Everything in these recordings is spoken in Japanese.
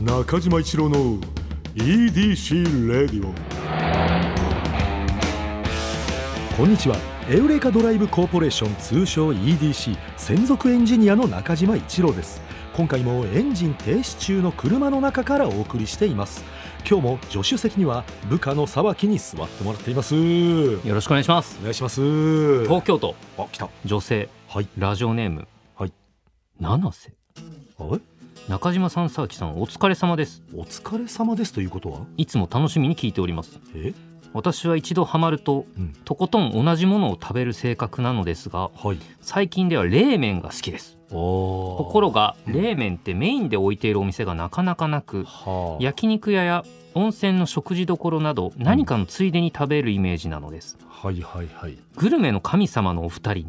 中島一郎の EDC レディオこんにちはエウレカドライブコーポレーション通称 EDC 専属エンジニアの中島一郎です今回もエンジン停止中の車の中からお送りしています今日も助手席には部下の沢木に座ってもらっていますおよろしくお願いします。願いします東京都あ来た女性はいラジオネームはい七瀬あれ中島さん沢木さんお疲れ様です。お疲れ様ですということはいつも楽しみに聞いております。え私は一度ハマるとうんとことん同じものを食べる性格なのですがはい最近では冷麺が好きです。とこ心ろがうん冷麺ってメインで置いているお店がなかなかなくはあ焼肉屋や温泉の食事処など何かのついでに食べるイメージなのです。はいはいはいグルメの神様のお二人に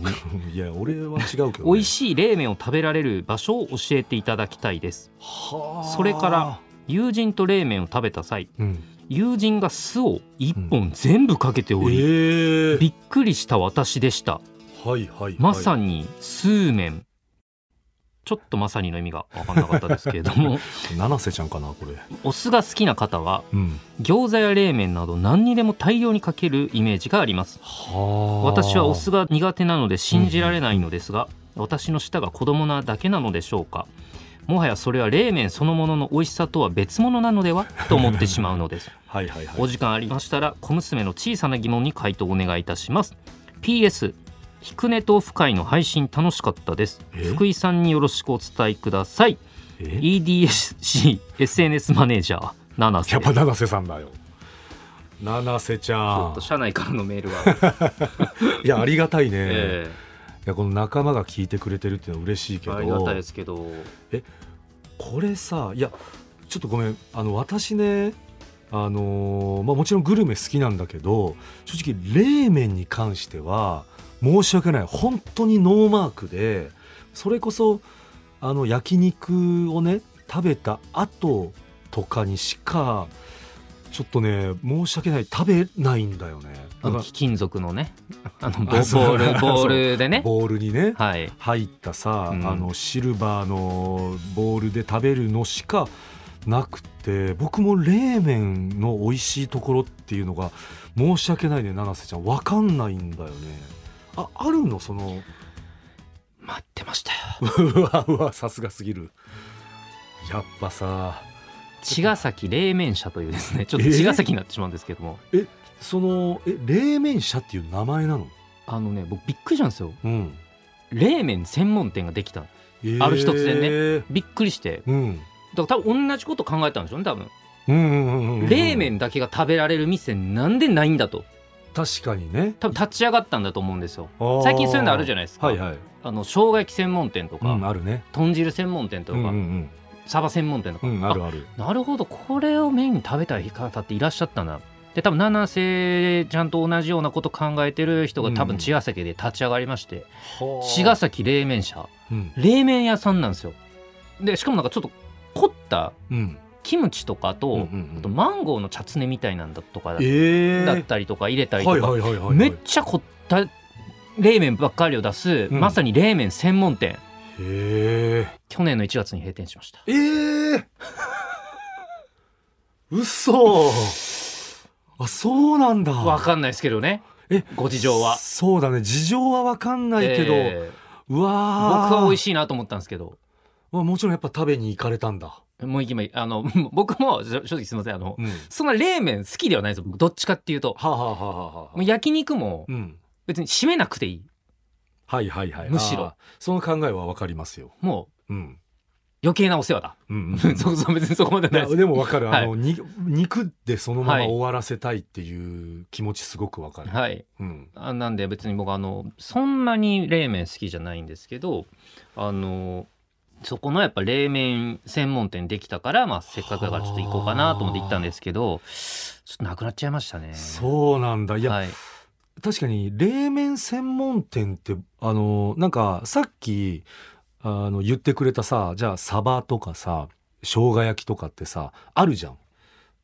いや俺は違うけど、ね、美味しい冷麺を食べられる場所を教えていただきたいですはあそれから友人と冷麺を食べた際うん友人が酢を1本全部かけてえおり、ーびっくりした私でしたはいはいはいまさにに数麺ちょっとまさにの意味が分かんなかったですけれども 七瀬ちゃんかなこれお酢が好きな方はうん餃子や冷麺など何にでも大量にかけるイメージがありますはあ私はお酢が苦手なので信じられないのですが、私の舌が子供なだけなのでしょうかもはやそれは冷麺そのものの美味しさとは別物なのではと思ってしまうのですはいはいはいお時間ありましたら小娘の小さな疑問に回答お願いいたします PS ひくね豆腐会の配信楽しかったですえ福井さんによろしくお伝えくださいえ EDSC SNS マネージャー七瀬やっぱ七瀬さんだよ七瀬ちちょゃっんと社内からのメールは、いやありがたいね、えいやこの仲間が聞いてくれてるっていうのは嬉しいけえどありがたいですけどこれさいやちょっとごめんあの私ねあのーまあ、もちろんグルメ好きなんだけど正直冷麺に関しては申し訳ない本当にノーマークでそれこそあの焼肉をね食べた後とかにしかちょっとね申し訳ない食べないんだよねだか貴金属のねあのボボあそうールボールで らねボールにねはい入ったさ、うんあのシルバーのボールで食べるのしかなくて僕も冷麺の美味しいところっていうのが申し訳ないね七瀬ちゃん分かんないんだよねああるのそ の待ってましたようわうわさすがすぎるやっぱさ茅ヶ崎冷麺社というですねちょっえとー茅ヶ崎になってしまうんですけども、そのえ冷麺社っていう名前なのあのね僕びっくりしたんですようん、冷麺専門店ができたのえーある一つでびっくりしてうんだから多分同じこと考えたんでしょうね多分うんうんうんうんうん冷麺だけが食べられる店なんでないんだと確かにね多分立ち上がったんだと思うんですよ最最近そういうのあるじゃないですか、はいはい、あの生姜焼き専門店とうか、ん、あるね豚汁専門店とうか、んうんサバ専門店とか、うんうんあるあるなるほどこれをメインに食べたい方っていらっしゃったなで多分七瀬ちゃんと同じようなこと考えてる人が多う分ん茅ヶ崎で立ち上がりまして茅茅ヶ崎冷麺社うん冷麺屋さんなんですよでしかもなんかちょっと凝ったうんキムチとかと、うんうんうんあとマンゴーのチャツネみたいなんだとかだ,、ええったりとか入れたりとか、はいはいはいはいはいめっちゃ凝った冷麺ばっかりを出す、うんまさに冷麺専門店へえ去年の1月に閉店しましたええ嘘あそうなんだわかんないですけどねえご事情は。そうだね事情はわかんないけど、えーうわ僕は美味しいしいなと思ったんですけどもちろんやっぱ食べに行かれたんだもう行きまあの 僕も正正直すみませんあの、うんはそんな冷麺好きではないです僕どっちかっていうとあ、はあはあはあはあもう焼肉もうん別に締めなくていいはいはいはいむしろあーその考えはわかりますよもううん余計なお 世話だ、うん、 うん、そうそう別にそこまでいないやですでもわかる、はいあのに肉でそのままはい終わらせたいっていう気持ちすごくわかる、はいうん、あなんで別に僕あのそんなに冷麺好きじゃないんですけどあのそこのやっぱ冷麺専門店できたから、まあ、せっかくだからちょっと行こうかなと思って行ったんですけどちょっとなくなっちゃいましたね。そうなんだいや、はい、確かに冷麺専門店ってあのなんかさっきあの言ってくれたさじゃあサバとかさ生姜焼きとかってさあるじゃん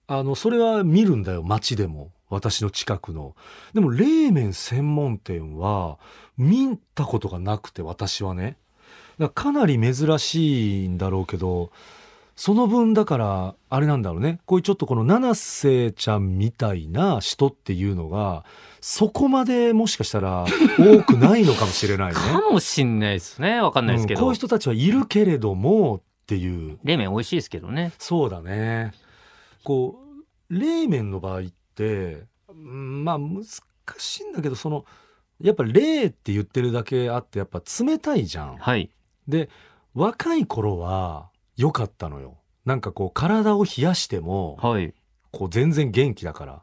あのそれは見るんだよ街でも私の近くのでも冷麺専門店は見たことがなくて私はねだからかなり珍しいんだろうけどその分だからあれなんだろうねこういうちょっとこの七瀬ちゃんみたいな人っていうのがそこまでもしかしたら多くないのかもしれないね。かもしんないですねわかんないですけうんこど、ういう人たちはいるけれどもっていう冷麺美味しいですけどねそうだねこう冷麺の場合ってうんまあ難しいんだけどそのやっぱ冷って言ってるだけあってやっぱ冷たいじゃん。はいで若い頃は良かったのよなんかこう体を冷やしてもはいこう全然元気だから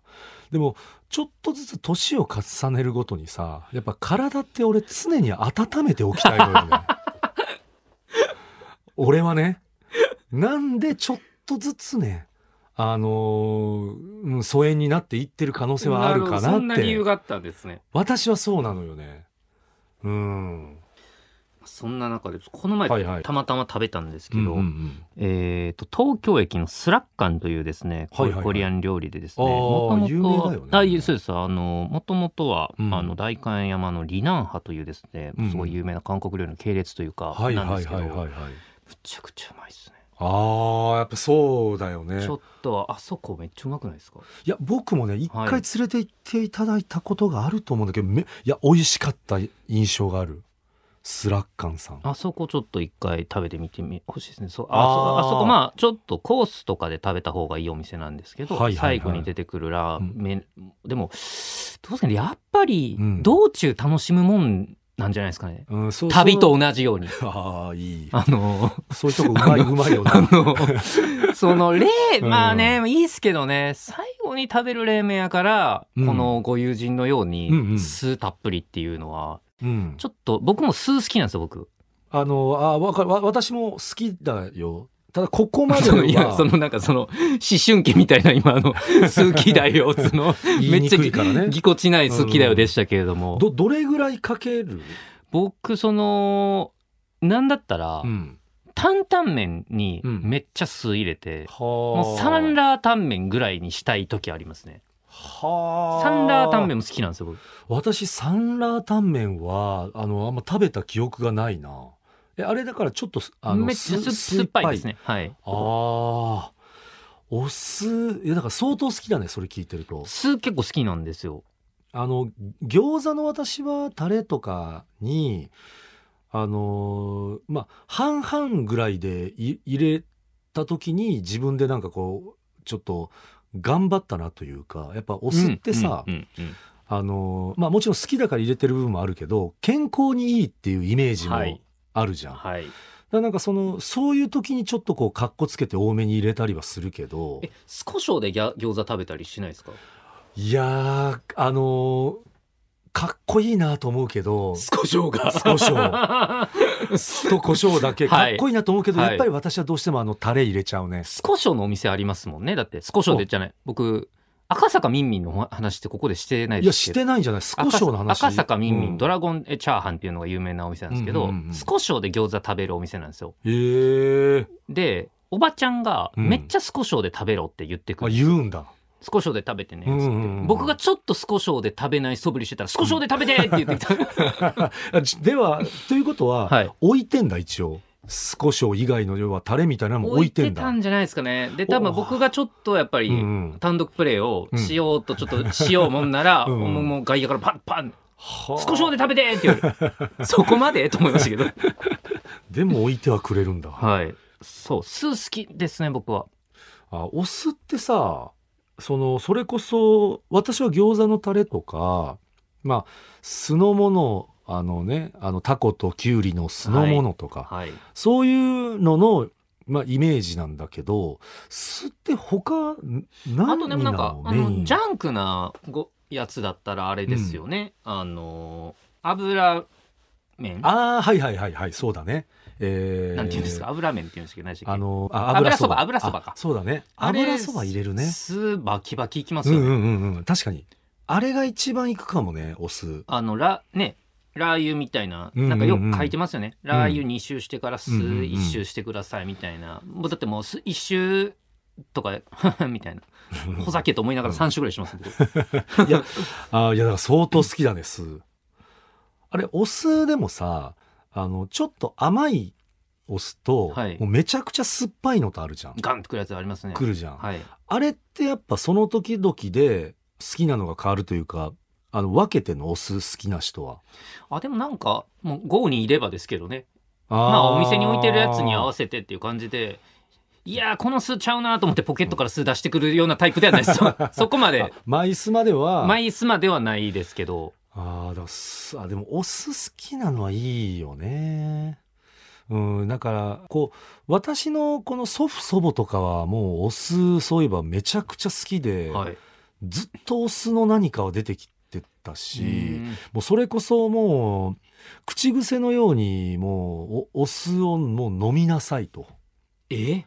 でもちょっとずつ年を重ねるごとにさやっぱ体って俺常に温めておきたいのよね 俺はねなんでちょっとずつねあのーうん疎遠になっていってる可能性はあるかなほどそんなっな理て由があったんですね私はそうなのよねうんそんな中でこの前、はいはいたまたま食べたんですけうんど、うんうんえー、と東京駅のスラッカンというですね、はいはいはいコリアン料理でですねあー元々有名だよねあいえそうですあのもともとは、うんあの代官山のリナンハというですねうんうんすごい有名な韓国料理の系列というかはいなんはでいすけど、はいはいはいむちゃくちゃうまいですねああやっぱそうだよねちょっとあそこめっちゃうまくないですかいや僕もね一はい回連れて行っていただいたことがあると思うんだけど、めいや美味しかった印象があるスラッカンさんあそこちょっと一回食べてみてみほしいですねそうああーそあそこまあちょっとコースとかで食べた方がいいお店なんですけど、はいはいはい最後に出てくるラーメン、でもどうですかねやっぱりうん道中楽しむもんなんじゃないですかね、うんそう旅と同じように。そうあ あいいあのそういうとこうまいうまいよ あなのその冷うんまあね、いいですけどね最後に食べる冷麺やから、うんこのご友人のように、うんうん酢たっぷりっていうのはうんちょっと僕も酢好きなんですよ僕。あのあわかわ私も好きだよただここまでそ のいやはそのなんかその思春期みたいな今あ の「好きだよ」その言めいっにちゃくぎいからねぎこちない「好きだよ」でしたけれども、どどれぐらいかける、僕そのなんだったら、ん、担々麺にうんめっちゃ酢入れて、ももうサンラータンメンぐらいにしたい時ありますねはあサンラータンメンも好きなんですよ僕私サンラータンメンはあのあんま食べた記憶がないなえあれだからちょっとあのめっちゃす酸酸っぱいですねはいああお酢いやだから相当好きだねそれ聞いてると酢結構好きなんですよあの餃子の私はタレとかにあのーまあ半々ぐらいでい入れた時に自分でなんかこうちょっと頑張ったなというかやっぱお酢ってさ、うんうんうんうんあのまあもちろん好きだから入れてる部分もあるけど健康にいいっていうイメージもはいあるじゃん、だかはいらなんかそのそういう時にちょっとこうかっこつけて多めに入れたりはするけどえ酢胡椒でギャ餃子食べたりしないですかいやーあのーかっこいいなと思うけど酢胡椒が 酢胡 椒酢と胡椒だけかはいっこいいなと思うけど、はいやっぱり私はどうしてもあのタレ入れちゃうねスコショのお店ありますもんねだってスコショでじゃない僕赤坂みんみんの話ってここでしてないいやですしけどてないんじゃない少しの話赤赤坂みんみうんドラゴンチャーハンっていうのが有名なお店なんですけうんどうんうんうんスコショで餃子食べるお店なんですよえー、でおばちゃんがうんめっちゃスコショで食べろって言ってくある、言うん だスコショで食べてねっつって、うんうんうん僕がちょっとスコショで食べない素振りしてたらスコショで食べてって言ってきた、あじではということ は、はい置いてんだ一応酢胡椒以外の要はタレみたいなのも置置いいててんだたんじゃないですかねで多分僕がちょっとやっぱり、うんうん単独プレーをしようとちょっとしようもんなら、うんもうもう外野からパンパンはあ少しで食べてって言われ るそこまでと思いましたけどでも置いてはくれるんだ、はいそう酢好きですね僕はあお酢ってさそのそれこそ私は餃子のタレとかまあ酢の物あのねあのタコとキュウリの酢の物とか、はいそういうののまあイメージなんだけど酢って他んあ何とでもにななんかのあメイのンジャンクなごやつだったらあれですよね、あの油麺なああはいはいはいはいそうだねえーんていうんですか油麺っていうんですけど何でしたっあけのあ油そば油そばかあそうだねあれ油そば入れるね酢バキバキいきますうんよね、うんうんうん確かにあれが一番いくかもねお酢あのラねラー油みたいなうんうんうんなんかよく書いてますよね、んラー油2周してから酢うんうんうん1周してくださいみたいな、もうだってもう酢1周とか みたいなほざけと思いながら3周ぐらいします僕いやあーいやだから相当好きだね酢あれお酢でもさあのちょっと甘い押すと、はいもうめちゃくちゃ酸っぱいのとあるじゃん。ガンってくるやつありますね。来るじゃん、はい。あれってやっぱその時々で好きなのが変わるというかあの分けての押す好きな人はあでもなんかもう豪にいればですけどね。あまあお店に置いてるやつに合わせせてっていう感じで。いやーこの酢ちゃうなと思ってポケットから酢出してくるようなタイプで はないですそそこまでマイスまではマイスマではないですけどあーだからすあでもお酢好きなのはいいよねうんだからこう私のこの祖父祖母とかはもうお酢そういえばめちゃくちゃ好きで、はいずっとお酢の何かは出てきてたし、うんもうそれこそもう口癖のようにもうおお酢をもう飲みなさいとえ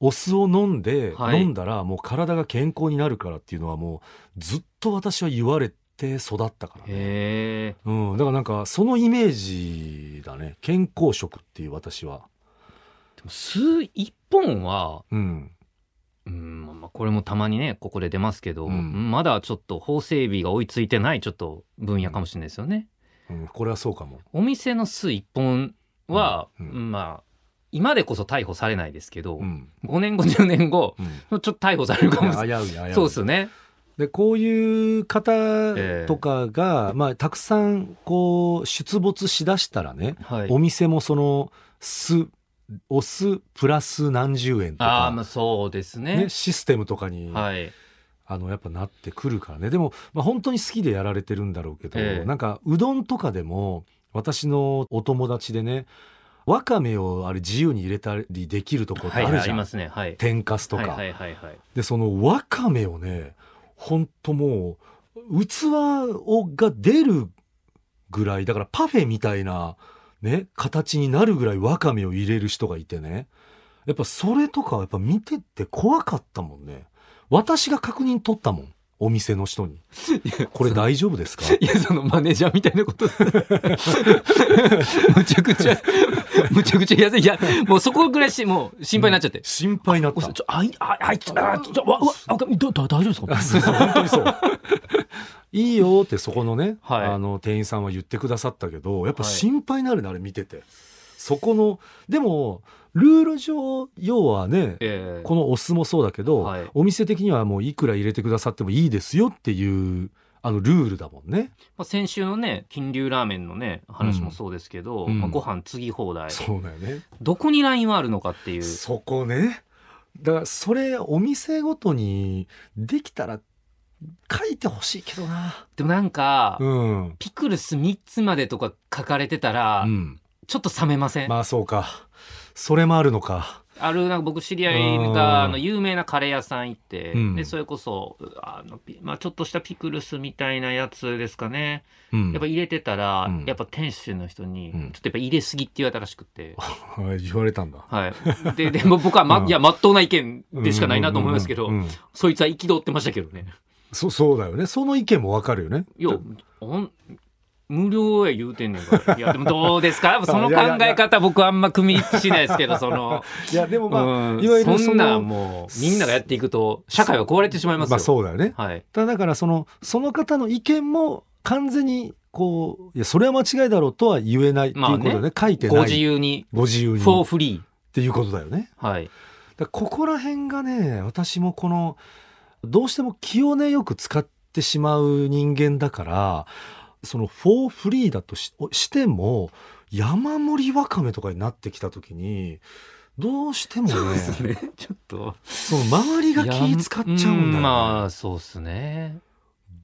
お酢を飲んで、はい飲んだらもう体が健康になるからっていうのはもうずっと私は言われて育ったからね、へえうん、だからなんかそのイメージだね健康食っていう私はでも酢一本はうんうんまあこれもたまにねここで出ますけど、うんまだちょっと法整備が追いついてないちょっと分野かもしれないですよね。うん、これはそうかもお店の酢一本は、うんうまあ今でこそ逮捕されないですけど、うん5年後10年後うん ちょっと逮捕されるかもしれ危ないうね危ういそうですよねでこういう方とかが、まあ、たくさんこう出没しだしたらね、はいお店もその酢お酢プラス何十円とああか、まあそうですねね、システムとかに、はいあのやっぱなってくるからねでも、まあ、本当に好きでやられてるんだろうけど、ええなんかうどんとかでも私のお友達でねわかめをあれ自由に入れたりできるとこってはあいはいるあじりゃん、ますねはい天かすとか、はいはいはいはいでそのわかめをねほんともう器をが出るぐらいだからパフェみたいな、ね、形になるぐらいわかめを入れる人がいてねやっぱそれとかはやっぱ見てて怖かったもんね私が確認取ったもんお店の人に これ大丈夫ですかいやそのマネージャーみたい なことむちゃくちゃむちゃくちゃやせいやもうそこぐらいしもう 心配になっちゃって、心配になっおたちょあいああいつあちょわわあどだ大丈夫ですかあそうそう本当にそう いいよってそこのね、はいあの店員さんは言ってくださったけどやっぱはい心配になるねあれ見てて、そこのでもルール上要はねええこのお酢もそうだけど、はいお店的にはもういくら入れてくださってもいいですよっていうあのルールだもんね、まあ、先週のね金龍ラーメンのね話もそうですけど、うんまあ、ご飯継ぎ放題そうだよねどこにラインはあるのかっていうそこねだからそれお店ごとにできたら書いてほしいけどなでもなんか、うん、ピクルス3つまでとか書かれてたら、うん、ちょっと冷めません、まあそうかそれもあるのかあるなんか僕知り合いあーがあの有名なカレー屋さん行って、うんでそれこそあの、ピまあ、ちょっとしたピクルスみたいなやつですかね、うんやっぱ入れてたら、うんやっぱ店主の人に、うんちょっとやっぱ入れすぎって言われたらしくて。はい、言われたんだ。はい、ででも僕は、まうんいやまっとうな意見でしかないなと思いますけど、うんうんうんうんそいつは憤ってましたけどね。そそうだよね。その意見もわかるよね。いや、ほん無料や言うてんねんから。いや、でもどうですか やっぱそのい考やいやいやえ方、僕あんま組みしないですけど、その、いやでもまあ、うんいわゆるそのそんなんもう、みんながやっていくと、社会は壊れてしまいますよ。まあそうだよね。はい。ただだからそのその方の意見も完全にこういやそれは間違いだろうとは言えないっていうことでね,、まあね書いてない。ご自由に、ご自由にフォーっフリていうことだよね。ー。はい。だからここら辺がね私もこのどうしても気をねよく使ってしまう人間だからそのフォーフリーだとししても山盛りわかめとかになってきた時にどうしてもねね、ちょっと。その周りが気使っちゃうんだよ、ねやまあ、そうっすね。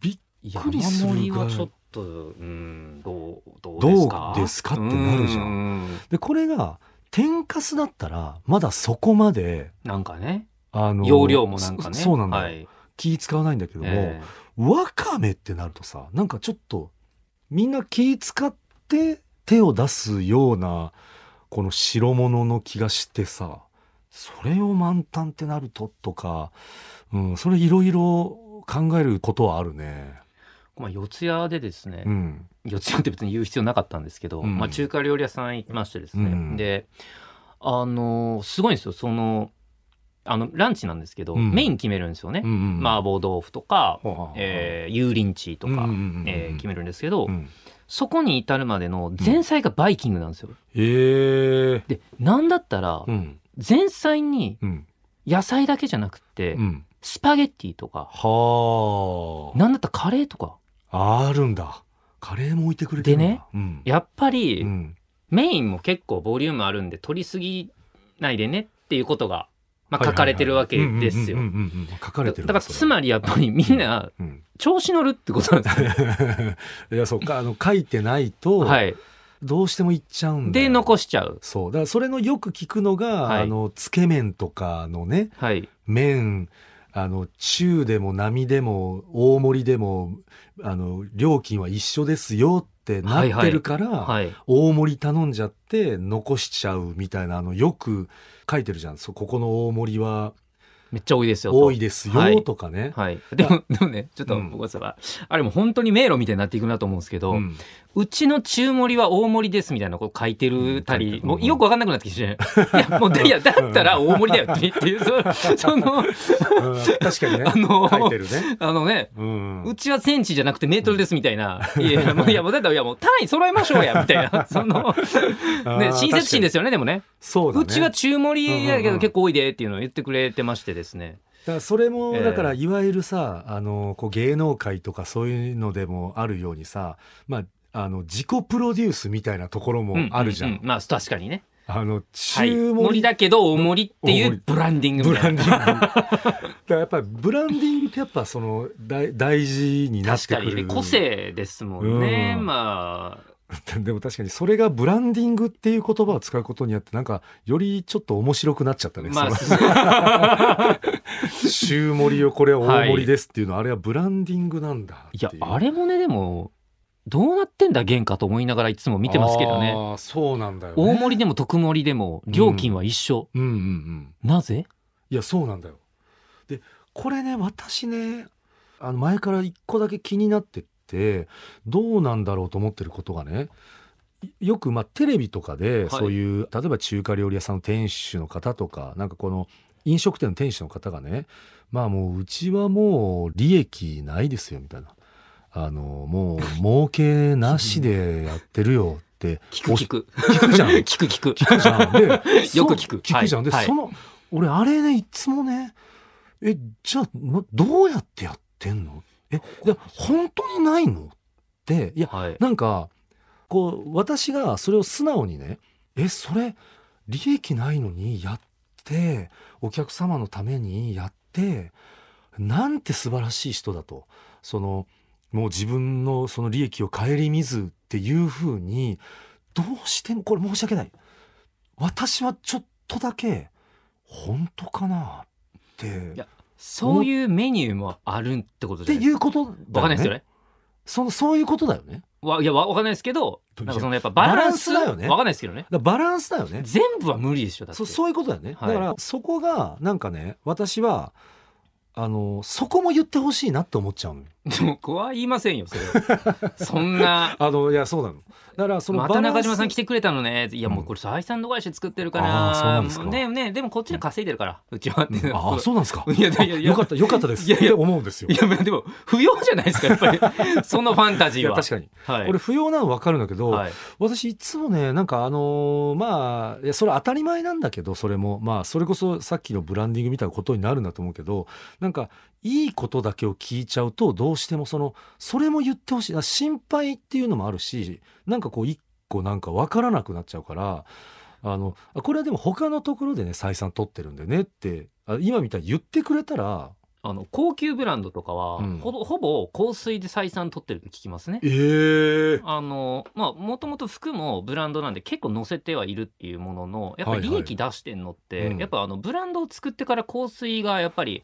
びっ山くりするぐらい盛りはちょっと、うん、どう、どうどうですかですかってなるじゃんうん。でこれが天かすだったらまだそこまでなんかね、あの容量もなんかね。そそうなんだよ、はい。気使わないんだけども、ええわかめってなるとさなんかちょっとみんな気使って手を出すようなこの白物の気がしてさそれを満タンってなるととか、うん、それいろいろ考えることはあるね。まあ、四谷でですね、うん、四谷って別に言う必要なかったんですけど、うんまあ、中華料理屋さん行きましてですね、うんであのすごいんですよそのあのランチなんですけど、うんメイン決めるんですよね、うんうん麻婆豆腐とはか、あはあえー油淋鶏とか、うんうんうんうんえー決めるんですけど、うんそこに至るまでの前菜がバイキングなんですよ。ええでなんだったらうん前菜にうん野菜だけじゃなくてうんスパゲッティとかはなんだったらカレーとかああるんだカレーも置いてくれてるんだでねうんやっぱうりんメインも結構ボリュームあるんで取りすぎないでねっていうことが、まあ、はいはいはい書かれてるわけですようん。うんうんうんうん書かだれてるだんからそれつまりやっぱりみんなうん調子乗るってことなんですよ。 いやそうかあの書いてないと、 はい、どうしても行っちゃうんだでよ残しちゃう。そうだからそれのよく聞くのが、はいあのつけ麺とかのねはい、麺あの中でも並でも大盛りでもあの料金は一緒ですよってなってるから、はい大盛り頼んじゃって残しちゃうみたいなあのよく書いてるじゃんそうここの大盛りはめっちゃ多いですよと。多いですよとかね。はい、でも でもねちょっとうん僕はそら、あれも本当に迷路みたいになっていくなと思うんですけど、ううんちの中盛りは大盛りですみたいなこと書いてるたり、うんもうよく分かんなくな ってきて、いやもうでいやだったら大盛りだよってっていうそそのうん確かにね あの書いてるね。あのねうん。うちはセンチじゃなくてメートルですみたいな、いやいやもういやもうだったらいやもう単位揃えましょうやみたいなその、ね、親切心ですすよねでもねそううだね。ちは中盛りやけうんうんうどん結構多いでっていうのを言ってくれてましてですね、だからそれもええだからいわゆるさ、あのこう芸能界とかそういうのでもあるようにさ、まあ、あの自己プロデュースみたいなところもあるじゃん。うううまあ確かにねあのはい、中盛盛りりだけど大盛りってい大う盛りブランディングブみたラいンなディング だからやっぱりブランディングってやっぱその大大事になっ確てかくにねる個性ですもんね、うんまあでも確かにそれがブランディングっていう言葉を使うことによってなんかよりちょっと面白くなっ ちゃったね、まあその中盛りをこれは大盛りですっていうのは、あれはブランディングなんだっていいやうあれもねでもどうなってんだ原価と思いながらいつも見てますけどねあーそうなんだよ、ね。大盛りでも特盛りでも料金は一緒、うんうんうん。なぜいやそうなんだよ。でこれね私ねあの前から一個だけ気になっててどうなんだろうと思ってることがねいよくまあテレビとかでいそういう、例えば中華料理屋さんの店主の方とかなんかこの飲食店の店主の方がねまあもううちはもう利益ないですよみたいなあのもう儲けなしでやってるよって聞く聞く聞くじゃん聞く聞く聞くじゃん。で、 よく聞くそう聞くじゃん。で、はいその、俺、あれね、いつもね、え、じゃあ、などうやってやってんのえ、いや、本当にないのって、いや、はいなんか、こう、私がそれを素直にね、え、それ、利益ないのにやって、お客様のためにやって、なんて素晴らしい人だと。その、もう自分のその利益を顧みずっていうふうに、どうしても、これ申し訳ない。私はちょっとだけ、本当かなって。いやそういうメニューもあるってことっじてゃないいですうことだよね。かわかんないですよねそのそういうことだよね。わいやわわかんないですけどなんかそのやっぱババラランンススわだよねかんないですけどねだからバランスだよね。全部は無理でしょだってそそういうことだよね、はいだからそこがなんかね私はあのそこも言ってほしいなって思っちゃうのよでも僕は言いませんよそれ はそんなあのいやそうなのだからそのまた中島さん来てくれたのねいやもうこれ採算度外視で作ってるから、あーそうなんですかもねねでもこっちで稼いでるから、うちは って、ああーそうなんですかいやいやいやあよかったよかったですいやいやって思うんですよいやまあでも不要じゃないですかや っぱりそのファンタジいーやは確かに、はい俺不要なの分かるんだけど、はい私いつもねなんかあのーまあいやそれ当たり前なんだけどそれもまあそれこそさっきのブランディングみたいなことになるんだと思うけどなんかいいことだけを聞いちゃうとどうしてもそのそれも言ってほしいあ心配っていうのもあるしなんかこう一個なんか分からなくなっちゃうからあのあこれはでも他のところでね採算取ってるんでねってあ今みたいに言ってくれたらあの高級ブランドとかは、うんほぼほぼ香水で採算取ってるって聞きますねええあのまあもともと服もブランドなんで結構載せてはいるっていうもののやっぱり利益出してんのって、はいはいうんやっぱあのブランドを作ってから香水がやっぱり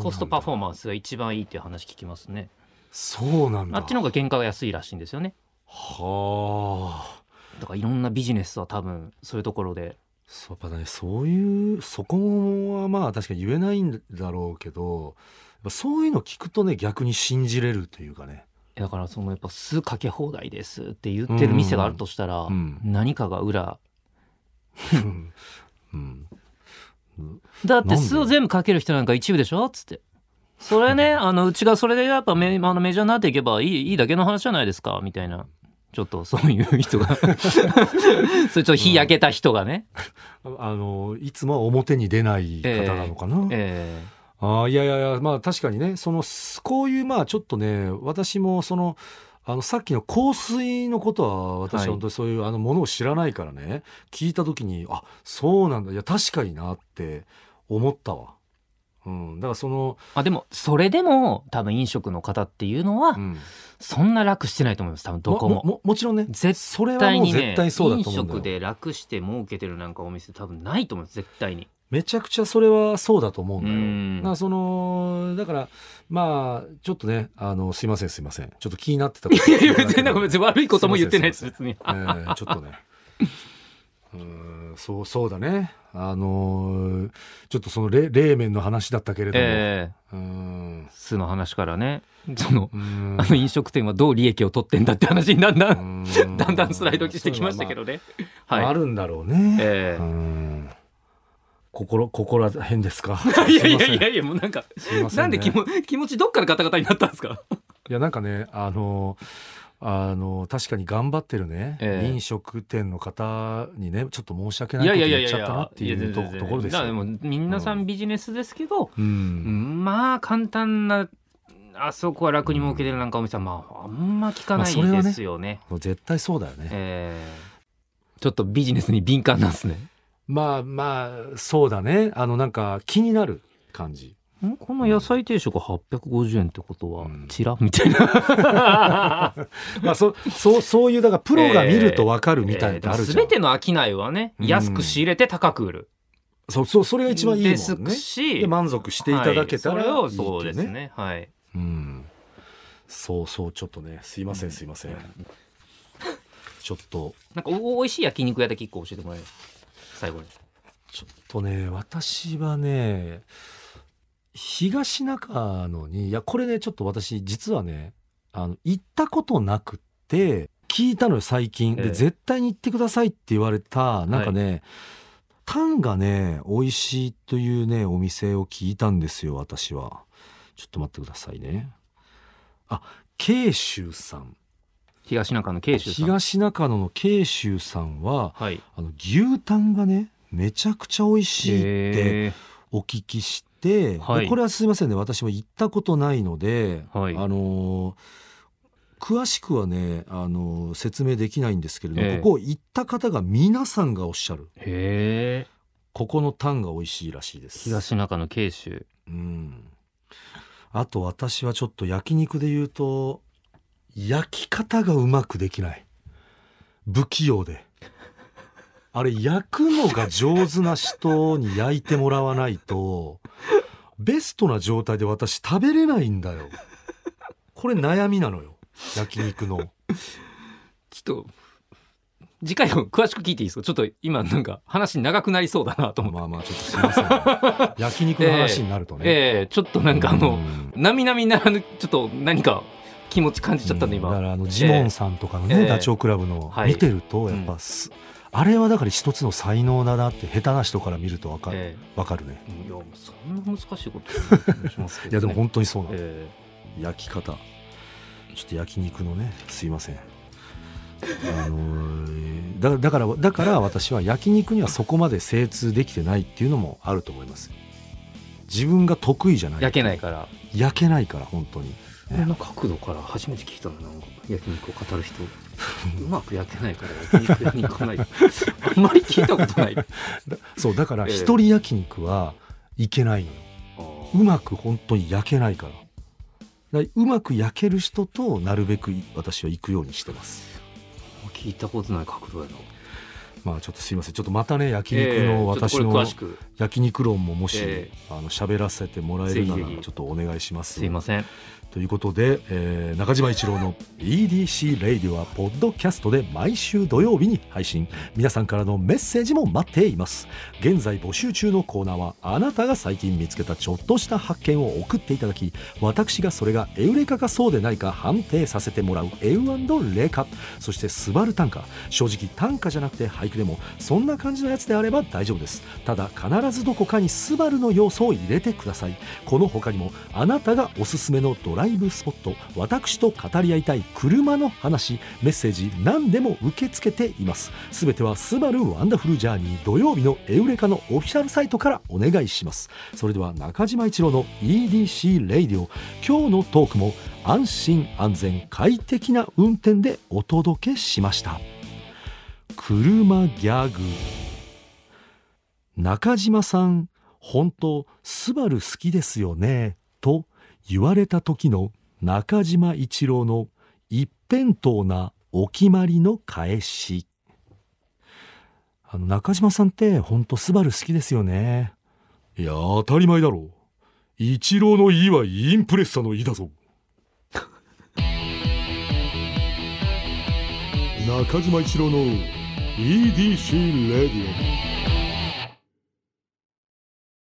コストパフォーマンススが一番いいっていう話聞きますねそうなんだあっちの方が原価が安いらしいんですよねはあだからいろんなビジネスは多分そういうところでそうやっぱねそういうそこはまあ確かに言えないんだろうけどやっぱそういうの聞くとね逆に信じれるというかねだからそのやっぱ酢かけ放題ですって言ってる店があるとしたら、うん何かが裏うん、うんだってなんで酢を全部かける人なんか一部でしょっつって それねあのうちがそれでやっぱメあのメジャーになっていけばいいいいだけの話じゃないですかみたいなちょっとそういう人 がそれちょっと日焼けた人がね、あのいつもは表に出ない方なのかな、えあーいやいやいやまあ確かにねそのすこういうまあちょっとね私もそのあのさっきの香水のことはは私い本当にそういうあのものを知らないからね、聞いた時にあそうなんだいや確かになって思ったわ。うん、だからその、ーあでもそれでも多分飲食の方っていうのはうん、そんな楽してないと思います多分どこももももちろんね絶それ絶は対もうに絶ね対そうだ飲と思うんだよ食で楽して儲けてるなんかお店多分ないと思います絶対 にめちゃくちゃそれはそうだと思うんだよ。うんだからそのだからまあちょっとねあのすいませんすいませんちょっと気になってたこといやいや別になんか別に悪いことも言ってないですすいま別にえーちょっとね うーんそうそうだねあのーちょっとその冷冷麺の話だったけれども、えうえーん酢の話からねそのうーんあの飲食店はどう利益を取ってんだって話にだんだ うん、ー だんだんスライドしてきましたけどね。そういうのはまあはあい。るんだろうね、えうーん心心ら辺ですかえ いやいやすいまやいや、もうなんか、せんすいません、ね、なんで気も気持ちどっからガタガタになったんですか。いやなんかねあのあの確かに頑張ってるね、ええ飲食店の方にねちょっと申し訳ないいやこといやい言やいっやちゃったなっていうとところですいやでよ。もみんなさんビジネスですけど、うんまあ簡単なあそこは楽に儲けてるなんかお店はまああんま聞かまあなそれはいねですよね。絶対そうだよね、ええちょっとビジネスに敏感なんですね。まあまあそうだねあのなんか気になる感 じんこの野菜定食850円ってことはうんチラみたいなまあそそうそういうだからプロが見るとわかるみたいなのってあるじゃん、全ての商いはねうん安く仕入れて高く売る、そうそうそれが一番いいもんですねしで満足していただけたらいいっていはいそれをそうですねねはいうんそうそうちょっとねすいませんすいません、ちょっとなんかお美味しい焼肉屋で結構教えてもらえる最後にちょっとね私はね東中野にいやこれねちょっと私実はねあの行ったことなくて聞いたのよ最近、ええで絶対に行ってくださいって言われたなんかね、タンがね美味しいというねお店を聞いたんですよ私はちょっと待ってくださいねあ慶州さん東中野慶州さん東中野の慶州さんははいあの牛タンがねめちゃくちゃ美味しいってへお聞きして、ではいこれはすいませんね私も行ったことないので、はいあのー詳しくはね、あのー説明できないんですけれども、ええここ行った方が皆さんがおっしゃるーへーここのタンが美味しいらしいです。東中野慶州うん、あと私はちょっと焼肉で言うと焼き方がうまくできない不器用であれ焼くのが上手な人に焼いてもらわないとベストな状態で私食べれないんだよこれ悩みなのよ焼肉のちょっと次回も詳しく聞いていいですかちょっと今なんか話長くなりそうだなと思って、まあまあちょっとすいませんね焼肉の話になるとね、ええちょっとなんかあの、うんなみなみならぬちょっと何か気持ち感じちゃったんでうんだ今、からあのジモンさんとかのね、ええダチョウ倶楽部のはい見てるとやっぱす、あれはだから一つの才能だなって下手な人から見るとわかる、えわかるね、えいやもうそんな難しいことしますけど、ねいやでも本当にそうなの、え焼き方ちょっと焼肉のねすいませんあのーだだからだから私は焼肉にはそこまで精通できてないっていうのもあると思います自分が得意じゃなえい焼けないから、焼けないから本当にこんな角度から初めて聞いたのなんか焼肉を語る 人うまく焼けないから焼肉屋に行 かないあんまり聞いたこと ないだそうだからええ一人焼肉はいけないのようまく本当に焼けないからだからうまく焼ける人となるべく私は行くようにしてます聞いたことない角度やなまあちょっとすいませんちょっとまたね焼肉の私ええちょっとこのれ詳しく焼肉論ももし、ええあの喋らせてもらえるならぜひぜひちょっとお願いしますすいませんということで、えー中島一郎の EDC レイディオはポッドキャストで毎週土曜日に配信皆さんからのメッセージも待っています現在募集中のコーナーはあなたが最近見つけたちょっとした発見を送っていただき私がそれがエウレカかそうでないか判定させてもらうエウレカそしてスバル単価正直単価じゃなくて俳クでもそんな感じのやつであれば大丈夫ですただ必ずどこかにスバルの要素を入れてくださいこの他にもあなたがおすすめのドライブスポット私と語り合いたい車の話メッセージ何でも受け付けていますすべては「スバルワンダフルジャーニー」土曜日のエウレカのオフィシャルサイトからお願いしますそれでは中島一郎の EDC レイディオ今日のトークも安心安全快適な運転でお届けしました車ギャグ中島さん本当スバル好きですよねと言われた時の中島一郎の一辺倒なお決まりの返しあの中島さんって本当スバル好きですよねいや当たり前だろ一郎の「い」はインプレッサの「い」だぞ中島一郎の EDC レディオ